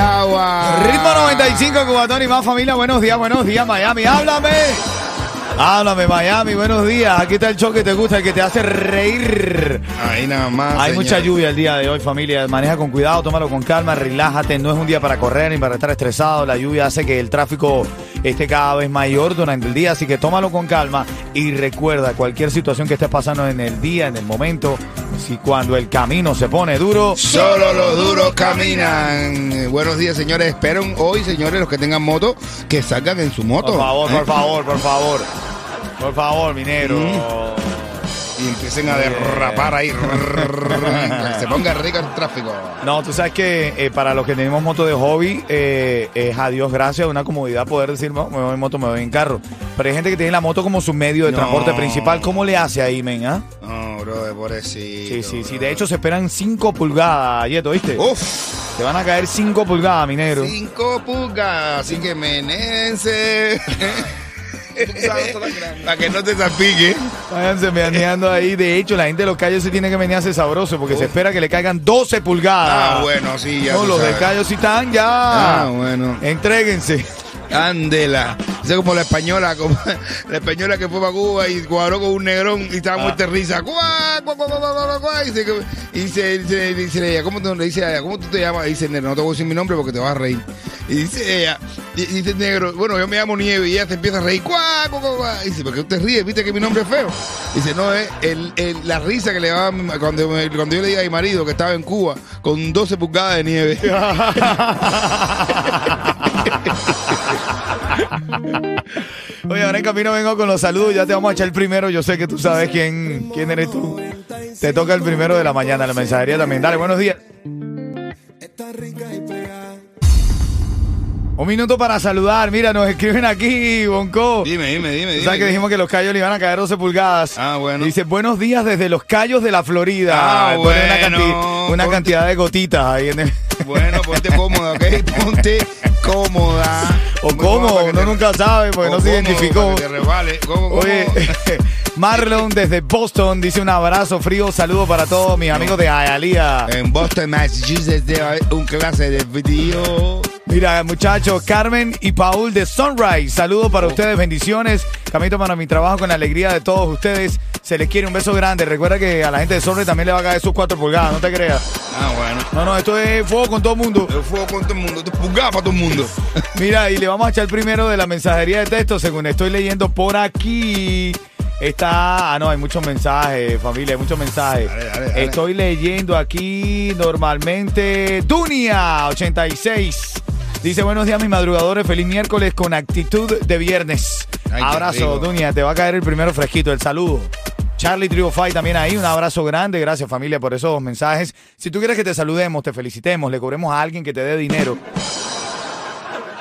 Agua. Ritmo 95, Cubatón y más familia. Buenos días, buenos días, Miami. Háblame. Háblame, Miami. Buenos días. Aquí está el show que te gusta, el que te hace reír. Ahí nada más. Hay Ah, señor. mucha lluvia el día de hoy, familia. Maneja con cuidado, tómalo con calma, relájate. No es un día para correr ni para estar estresado. La lluvia hace que el tráfico esté cada vez mayor durante el día, así que tómalo con calma y recuerda cualquier situación que estés pasando en el día, en el momento, si cuando el camino se pone duro, Solo los duros caminan. Eh, Buenos días, señores. Esperen hoy, señores, los que tengan moto, que salgan en su moto. por favor, ¿eh? por favor, por favor. Por favor, minero. Y empiecen a derrapar ahí. que se ponga rico el tráfico. No, tú sabes que eh, para los que tenemos moto de hobby, eh, es a Dios gracias, una comodidad poder decir, "No, me voy en moto, me voy en carro. Pero hay gente que tiene la moto como su medio de No. transporte principal. ¿Cómo le hace ahí, men? ah? No, bro, de pobrecito. Sí, sí, sí. brother. De hecho, se esperan 5 pulgadas, Yeto, ¿viste? Oh. Uf, Te van a caer 5 pulgadas, minero. cinco pulgas. Así que menense. Para que no te salpique. Váyanse meneando ahí. De hecho, la gente de los calles sí tiene que menearse sabroso porque se espera que le caigan 12 pulgadas. Oh. Ah, bueno, sí, ya. No, tú los de sabes. callos sí están ya. Ah, bueno. Entréguense. Ándela. Esa es como la española, como la española que fue para Cuba y cuadró con un negrón y estaba muy terriza. Cuá, cuá, cuá, cuá, cuá, cuá, cuá, y se, y se, y se- y se le decía, ¿cómo, te, le dice a ella, ¿cómo tú te llamas? Y dice, negro, no te voy a decir mi nombre porque te vas a reír. Y dice ella, y- y dice el negro, bueno, yo me llamo Nieve y ella se empieza a reír. Cuá, cuá, cuá, cuá. Y dice, ¿por qué usted ríe? ¿Viste que mi nombre es feo? Y dice, no, es el- el- la risa que le daba a mi ma- cuando, me- cuando yo le dije a mi marido que estaba en Cuba con 12 pulgadas de nieve. Oye, ahora en camino vengo con los saludos. Ya te vamos a echar el primero. Yo sé que tú sabes quién, quién eres tú. Te toca el primero de la mañana, la mensajería también. Dale, buenos días. Un minuto para saludar. Mira, nos escriben aquí, Bonco. Dime, dime, dime. Tú dime ¿Sabes que dijimos que los callos le iban a caer 12 pulgadas? Ah, bueno. Dice, buenos días desde los callos de la Florida. Y Ah, pone Una, bueno. canti- una Ponte- cantidad de gotitas ahí en el... Bueno, ponte cómoda, ¿ok? Ponte cómoda. O Muy cómoda cómo, para que uno te- nunca sabe porque o no se cómodo identificó. para que te resbale. ¿Cómo, cómo? Oye, Marlon desde Boston dice un abrazo frío, saludo para todos mis amigos de Ayalía. En Boston, Massachusetts, debe haber un clase de video. Mira, muchachos, Carmen y Paul de Sunrise, saludo para ustedes, bendiciones. Camino para mi trabajo con la alegría de todos ustedes. Se les quiere un beso grande. Recuerda que a la gente de Sunrise también le va a caer sus cuatro pulgadas, no te creas. Ah, bueno. No, no, esto es fuego con todo el mundo. El fuego con todo el mundo. Te pulgaba para todo el mundo. Mira, y le vamos a echar primero de la mensajería de texto, según estoy leyendo por aquí. Está. Ah, no, hay muchos mensajes, familia, hay muchos mensajes. Dale, dale, dale. Estoy leyendo aquí normalmente. Dunia86 dice: Buenos días, mis madrugadores. Feliz miércoles con actitud de viernes. Ay, qué abrazo, rico. Dunia. Te va a caer el primero fresquito, el saludo. Charlie Trio Fight también ahí, un abrazo grande, gracias familia por esos mensajes. Si tú quieres que te saludemos, te felicitemos, le cobremos a alguien que te dé dinero,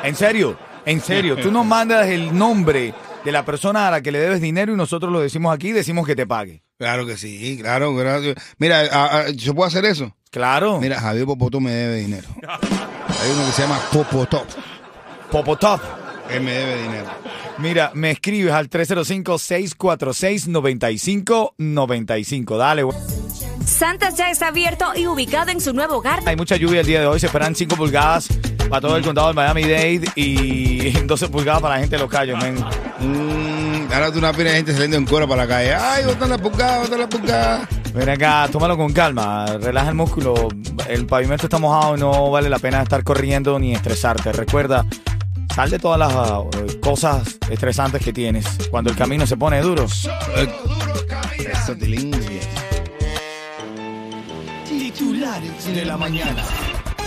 en serio, en serio. Tú nos mandas el nombre de la persona a la que le debes dinero y nosotros lo decimos aquí y decimos que te pague. Claro que sí, claro, gracias. Mira, ah, ah, ¿se puede hacer eso? Claro. Mira, Javier Popotó me debe dinero. Hay uno que se llama Popotó. Popotop. Él me debe dinero. Mira, me escribes al 305-646-9595. Dale, güey. Santas ya está abierto y ubicado en su nuevo hogar. Hay mucha lluvia el día de hoy. Se esperan 5 pulgadas para todo el condado del Miami-Dade y 12 pulgadas para la gente de los callos, men. Mm, ahora tú una pila de gente saliendo en coro para la calle. Ay, ¿dónde está la pulgada? ¿Dónde está la pulgada? Ven acá, tómalo con calma, relaja el músculo. El pavimento está mojado, no vale la pena estar corriendo ni estresarte. Recuerda, sal de todas las ah, cosas estresantes que tienes. Cuando el camino se pone duro, Eso, Tilín.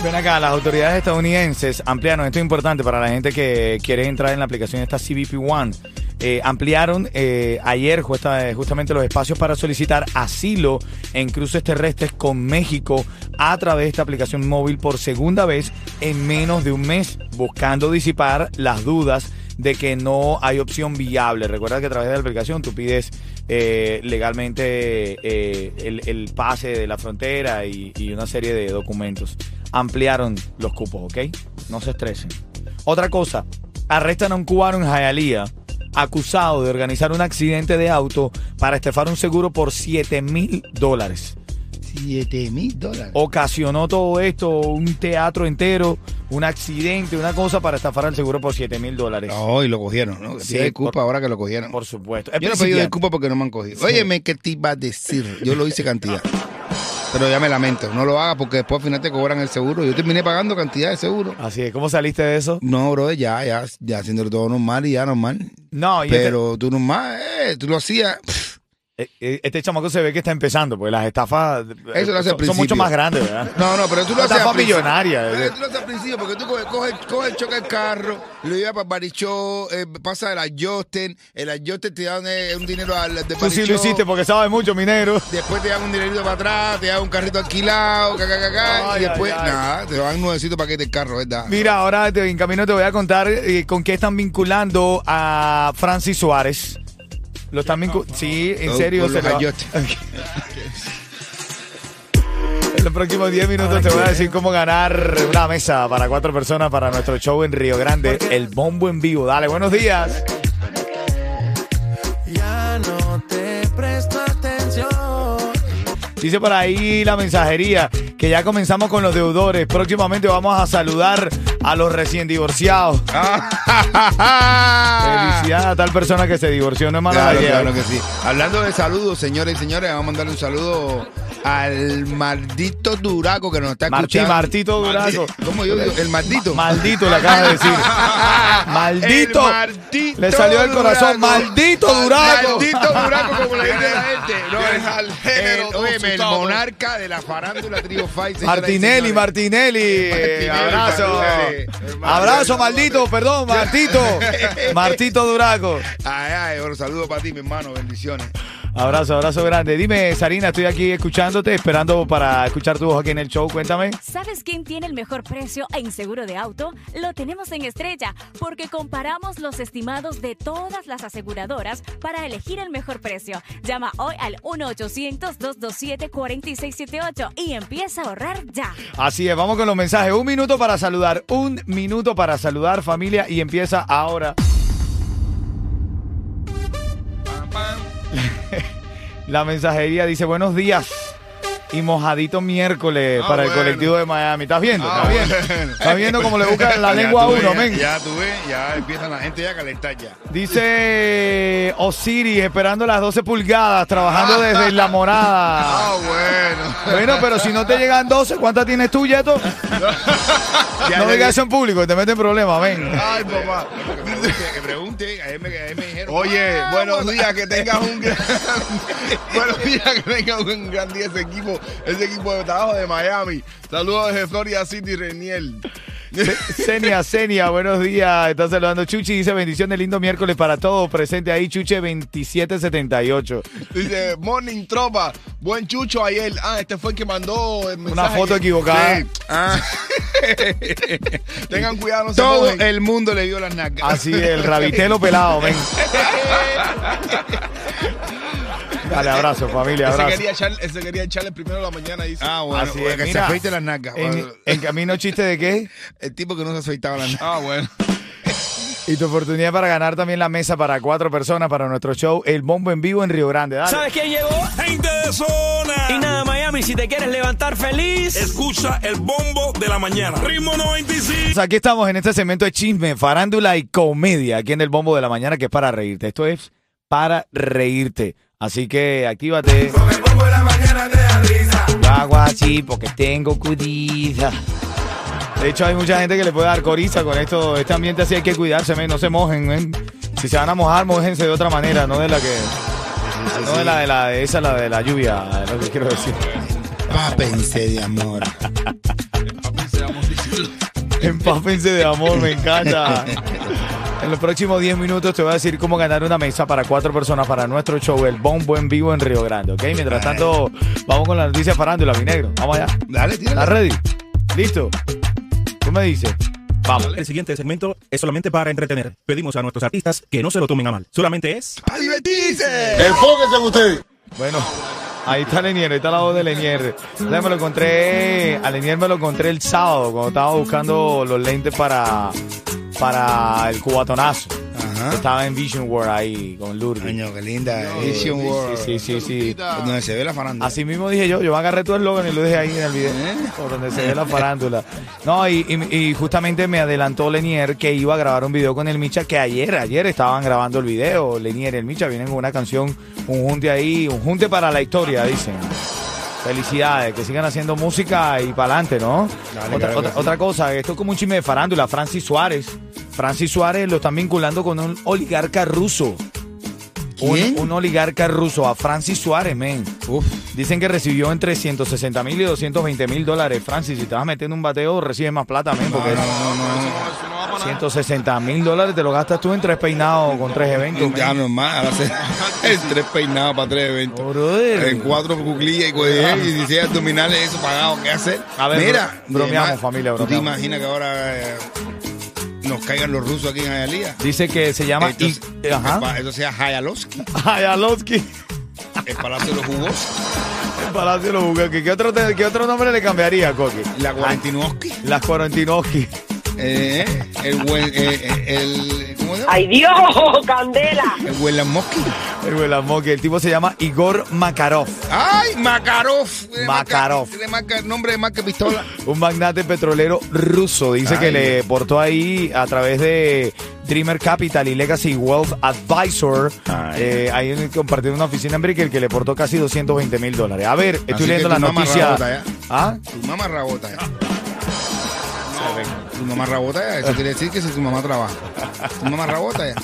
Ven acá, las autoridades estadounidenses ampliaron, esto es importante para la gente que quiere entrar en la aplicación esta CBP One, eh, ampliaron eh, ayer justa- justamente los espacios para solicitar asilo en cruces terrestres con México a través de esta aplicación móvil por segunda vez en menos de un mes, buscando disipar las dudas de que no hay opción viable. Recuerda que a través de la aplicación tú pides eh, legalmente eh, el, el pase de la frontera y, y una serie de documentos. Ampliaron los cupos, ¿ok? No se estresen. Otra cosa, arrestan a un cubano en Jayalía acusado de organizar un accidente de auto para estafar un seguro por 7 mil dólares. 7 mil dólares. Ocasionó todo esto, un teatro entero, un accidente, una cosa para estafar al seguro por 7 mil dólares. No, y lo cogieron, ¿no? Sí, Sí, disculpa por- ahora que lo cogieron. Por supuesto. Yo no he pedido disculpa porque no me han cogido. Óyeme, ¿qué te iba a decir? Yo lo hice cantidad. Pero ya me lamento. No lo hagas porque después al final te cobran el seguro. Yo terminé pagando cantidad de seguro. Así es, ¿cómo saliste de eso? No, bro, ya, ya, ya haciéndolo todo normal y ya normal. No, y Pero tú normal, eh, tú lo hacías. pff, este, eh, eh, este chamaco se ve que está empezando, porque las estafas eh, Eso lo hace al son, son mucho principio. más grandes, ¿verdad? No, no, pero tú lo Una hacías. etapa al principio. millonaria, Pero eh. Tú lo hacías al principio porque tú coges, coges, coges, choca el carro, lo llevas para Barichó, eh, pasa el ayosten, el ayosten te dan eh, un dinero al de Tú sí lo Barichó. hiciste porque sabes mucho, minero. Después te dan un dinerito para atrás, te dan un carrito alquilado, ca, ca, ca, ca, Ay, y después, ay, ay. nada, te dan nuevecito para que te el carro, ¿verdad? Mira, ahora te- en camino te voy a contar eh, con qué están vinculando a Francis Suárez. Lo están vinculando. Sí, en Con- serio. con se los lo- ayotes. En los próximos 10 minutos te voy a decir cómo ganar una mesa para cuatro personas para nuestro show en Río Grande, el bombo en vivo. Dale, buenos días. Ya no te presto atención. Dice por ahí la mensajería que ya comenzamos con los deudores. Próximamente vamos a saludar a los recién divorciados. Ah, Felicidad a tal persona que se divorció, no es mala Claro, idea. claro que sí. Hablando de saludos, señores y señores, vamos a mandarle un saludo al maldito Duraco que nos está Martí, escuchando. Martito Maldi- Duraco. ¿Cómo yo digo? El maldito. Maldito le acabas de decir. Maldito. El maldito Le salió del corazón. Duraco. Maldito Duraco. Maldito Duraco, como le dice la gente. No, es al género. El- óyeme, el Ocitado. monarca de la farándula Trio Fight. señoras y Martinelli, señores. Martinelli. Martinelli, Abrazo. Martinelli. Abrazo, maldito. Perdón, Martito. Martito Duraco. Ay, ay, un saludo para ti, mi hermano. Bendiciones. Abrazo, abrazo grande. Dime, Sarina, estoy aquí escuchándote, esperando para escuchar tu voz aquí en el show. Cuéntame. ¿Sabes quién tiene el mejor precio en seguro de auto? Lo tenemos en Estrella, porque comparamos los estimados de todas las aseguradoras para elegir el mejor precio. Llama hoy al 1-800-227-4678 y empieza a ahorrar ya. Así es, vamos con los mensajes. Un minuto para saludar. Un minuto para saludar, familia. Y empieza ahora. La mensajería dice buenos días y mojadito miércoles Ah, para el bueno. colectivo de Miami. ¿Estás viendo? Ah, ¿Estás viendo? bueno. ¿Estás viendo cómo le buscan la Ya lengua a tú ves, uno, ya- men? Ya tú ves, ya empieza la gente ya a calentar ya. Dice Osiris esperando las 12 pulgadas, trabajando desde la morada. Ah, bueno. Bueno, pero si no te llegan 12, ¿cuántas tienes tú, Yeto? Ya No le- digas eso en público, te meten problemas, ven. Ay, papá. Que pregunte, que pregunte. A él me, a él me dijeron. Oye, "Ah, buenos vamos". días, que tengas un gran Buenos días, que tengas un gran día ese equipo, ese equipo de trabajo de Miami. Saludos desde Florida City, Reniel. Senia, Senia, buenos días. Está saludando Chuchi. Dice bendición de lindo miércoles para todos. Presente ahí, Chuche 2778. Dice, morning tropa, buen chucho ayer. Ah, este fue el que mandó el mensaje. Una foto Ah, equivocada. Sí. Tengan cuidado, no se Todo mojen. el mundo le vio las nalgas. Así, el rabitelo pelado, ven. Dale, abrazo, familia, Ese abrazo. quería, echar, ese quería echarle primero de la mañana. Dice. Ah, bueno. Así oye, es, que mira, se afeite las nalgas. En, en camino chiste de qué? el tipo que no se afeitaba las nalgas. Ah, bueno. Y tu oportunidad para ganar también la mesa para cuatro personas para nuestro show El Bombo en Vivo en Río Grande. Dale. ¿Sabes quién llegó? Gente de zona. Y nada, Miami, si te quieres levantar feliz. Escucha el bombo de la mañana. Ritmo 95. Aquí estamos en este segmento de chisme, farándula y comedia, aquí en el Bombo de la Mañana, que es para reírte. Esto es para reírte. Así que actívate. Con el bombo de la mañana te da risa. Lo hago así porque tengo curiza. De hecho, hay mucha gente que le puede dar coriza con esto, este ambiente así hay que cuidarse, men, no se mojen, men. Si se van a mojar, mojense de otra manera, no de la que. No de la de la de esa, la de la lluvia, es lo que quiero decir. Ah, Pápense de amor. Empápense de amor, me encanta. En los próximos 10 minutos te voy a decir cómo ganar una mesa para cuatro personas para nuestro show, el bombo en vivo en Río Grande, ¿ok? Mientras tanto, vamos con la noticia farándula, mi negro. Vamos allá. Dale, ¿Estás tírala. ready? ¿Listo? ¿Qué me dices? Vamos. El siguiente segmento es solamente para entretener. Pedimos a nuestros artistas que no se lo tomen a mal. Solamente es. ¡A divertirse! Enfóquense en ustedes. Bueno, ahí está Lenier, ahí está la voz de Lenier. O sea, me lo encontré, a Lenier me lo encontré el sábado cuando estaba buscando los lentes para, para el cubatonazo. Ajá. Estaba en Vision World ahí con Lourdes. Coño, qué linda. Sí, Vision World. Sí, sí, sí, sí. Donde se ve la farándula. Así mismo dije yo, yo agarré tu eslogan y lo dejé ahí en el video, por donde se ve la farándula. No, y, y- y justamente me adelantó Lenier que iba a grabar un video con el Micha, que ayer, ayer estaban grabando el video. Lenier y el Micha vienen con una canción, un junte ahí, un junte para la historia, dicen. Felicidades, que sigan haciendo música y para adelante, ¿no? Dale, otra, claro otra- que sí. otra cosa, esto es como un chisme de farándula, Francis Suárez. Francis Suárez lo están vinculando con un oligarca ruso. Un- ¿Quién? Un, oligarca ruso, a Francis Suárez, men. Uf. Dicen que recibió entre 160 mil y 220 mil dólares. Francis, si te vas metiendo un bateo, recibes más plata, men, porque No, no, no. 160 mil dólares te lo gastas tú en tres peinados con tres eventos. men. Ya, mi hermano, ahora se- en tres peinados para tres eventos. Oh, brother. En cuatro cuclillas y cuello y 16 abdominales, eso pagado. ¿Qué hacer? A ver, Mira, bro- bromeamos, además, familia, ¿Tú te bromeamos. imaginas que ahora eh, nos caigan los rusos aquí en Hialeah? Dice que se llama... Entonces, I- eh, Ajá. es pa- Eso sea Hayalowski, Ayalowski. el Palacio de los Jugos, El Palacio de los Bucaques. ¿Qué otro, te- qué otro nombre le cambiaría, Coqui? la 49 Las Cuarentinoski. eh, el, buen, eh, eh, el, ¿cómo se llama? ¡Ay Dios, Candela! El Huelamoski. El Buelamoque. El tipo se llama Igor Makarov. ¡Ay, Makarov! Tiene marca- Makarov. Tiene marca, nombre de marca pistola. Un magnate petrolero ruso. Dice Ay. que le portó ahí a través de Dreamer Capital y Legacy Wealth Advisor. Eh, ahí en- compartiendo una oficina en Brickell que le portó casi 220 mil dólares. A ver, estoy Así leyendo que la tu mamá noticia. rabota, ¿eh? ¿Ah? Tu mamá rabota. eh. Tu mamá rabota, eh. eso quiere decir que si tu mamá trabaja. Tu mamá rabota. eh.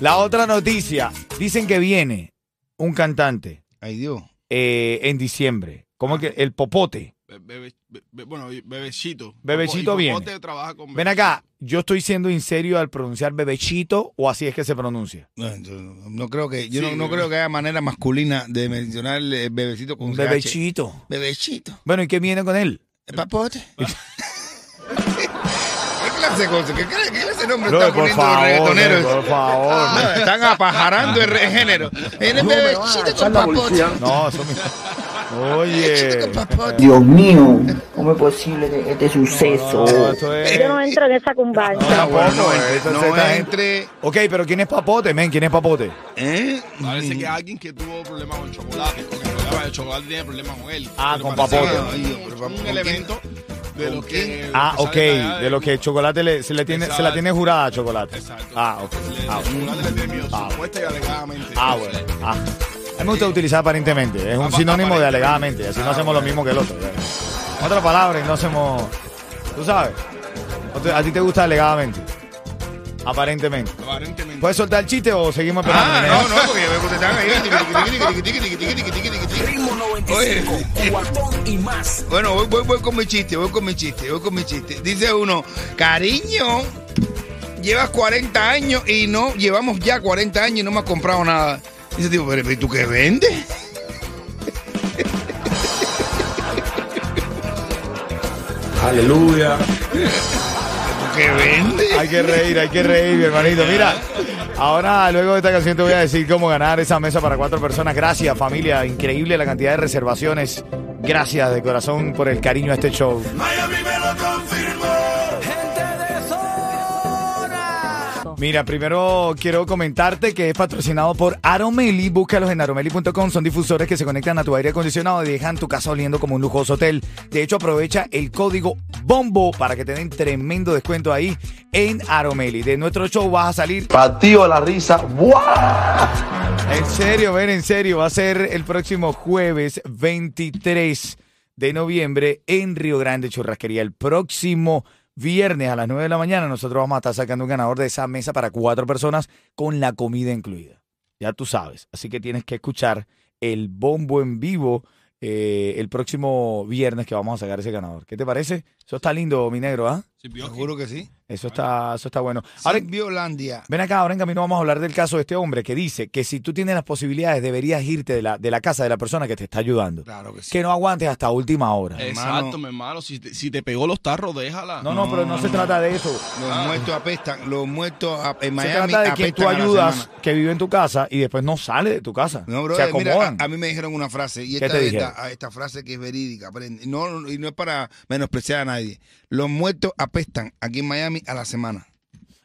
La otra noticia. Dicen que viene un cantante Ay, Dios. eh, en diciembre. ¿Cómo que? El Popote. Be- bebe- be- bueno, bebecito. Bebecito Popo- y viene. Popote trabaja con Ven acá, yo estoy siendo inserio al pronunciar bebechito o así es que se pronuncia. No, yo no- no creo que, yo Sí, no, no bebé. creo que haya manera masculina de mencionar el bebecito con Un CH. bebechito. Bebecito. Bueno, ¿y qué viene con él? El papote. ¿Qué clase de cosa? ¿Qué, qué clase de nombre Brother, están por poniendo los favor, reggaetoneros? brother, Ah. por favor. No, están apajarando el re- género. El bebecito con papote. No, eso me... Oye. Bebecito con papote. Dios mío, ¿cómo es posible que este suceso? No, esto es- Yo no entro en esa cumbacha. No, Ah, bueno, tampoco, no entre- esta- no esta entre- gente- Ok, pero ¿quién es Papote, men? ¿Quién es Papote? ¿Eh? Parece que alguien que tuvo problemas con chocolate, con el problema de chocolate tiene problemas con él. Ah, Pero con parece papote. que Ay, un- pero papo- un, ¿con elemento de los que. Ah, que ok, sale allá de lo que Chocolate le- se, le tiene, se la tiene jurada a Chocolate. Exacto. Ah, ok. Le- Ah, el chocolate le tiene miedo, Ah. supuesta y alegadamente. ah, bueno. Ah. A mí me gusta utilizar aparentemente, Ah, es un sinónimo de alegadamente, así no hacemos lo mismo que el otro. ya. Otra palabra y no hacemos... ¿Tú sabes? ¿O te- ¿A ti te gusta alegadamente? Aparentemente. Aparentemente. ¿Puedes soltar el chiste o seguimos esperando? Ah, nene? no, no, porque yo veo que te están ahí. tiqui, tiqui, tiqui, tiqui, tiqui, tiqui, tiqui, tiqui, tiqui. Ritmo 95, cuatón y más. Bueno, voy, voy, voy con mi chiste, voy con mi chiste, voy con mi chiste. Dice uno, cariño, llevas 40 años y no, llevamos ya 40 años y no me has comprado nada. Dice el tipo, pero ¿y tú qué vendes? Aleluya. ¿Tú qué vendes? Hay que reír, hay que reír, mi hermanito. Mira, ahora luego de esta canción te voy a decir cómo ganar esa mesa para cuatro personas. Gracias, familia. Increíble la cantidad de reservaciones. Gracias de corazón por el cariño a este show. Miami me lo confirmó. Gente de Mira, primero quiero comentarte que es patrocinado por Aromeli. Búscalos en aromeli.com. Son difusores que se conectan a tu aire acondicionado y dejan tu casa oliendo como un lujoso hotel. De hecho, aprovecha el código BOMBO para que te den tremendo descuento ahí en Aromeli. De nuestro show vas a salir Patío la risa, ¡buah! En serio, ven, en serio, va a ser el próximo jueves 23 de noviembre en Río Grande Churrasquería. El próximo viernes a las 9 de la mañana nosotros vamos a estar sacando un ganador de esa mesa para cuatro personas con la comida incluida. Ya tú sabes, así que tienes que escuchar el bombo en vivo eh, el próximo viernes que vamos a sacar ese ganador. ¿Qué te parece? Eso está lindo, mi negro, ¿ah? Seguro que sí. Eso está, eso está bueno. Ahora, Ahora Violandia. ven acá, ahora en camino vamos a hablar del caso de este hombre que dice que si tú tienes las posibilidades deberías irte de la, de la casa de la persona que te está ayudando. Claro que sí. Eh, Que no aguantes hasta última hora. Exacto, mi hermano. Si te, si te pegó los tarros, déjala. No, no, pero no se trata de eso. Los muertos apestan. Los muertos a- en Ah. Se Miami trata de quien tú apestan a la ayudas, semana. que vive en tu casa y después no sale de tu casa. No, se brother, mira, acomodan. a, a mí me dijeron una frase y ¿Qué esta, te esta- dijeron? esta frase que es verídica, aprende. No, y no es para menospreciar a nadie. Los muertos apestan aquí en Miami a la semana.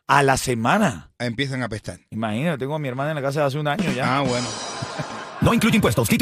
a la semana. Empiezan a apestar. Imagínate, tengo a mi hermana en la casa de hace un año ya. Ah, bueno. No incluye impuestos, títulos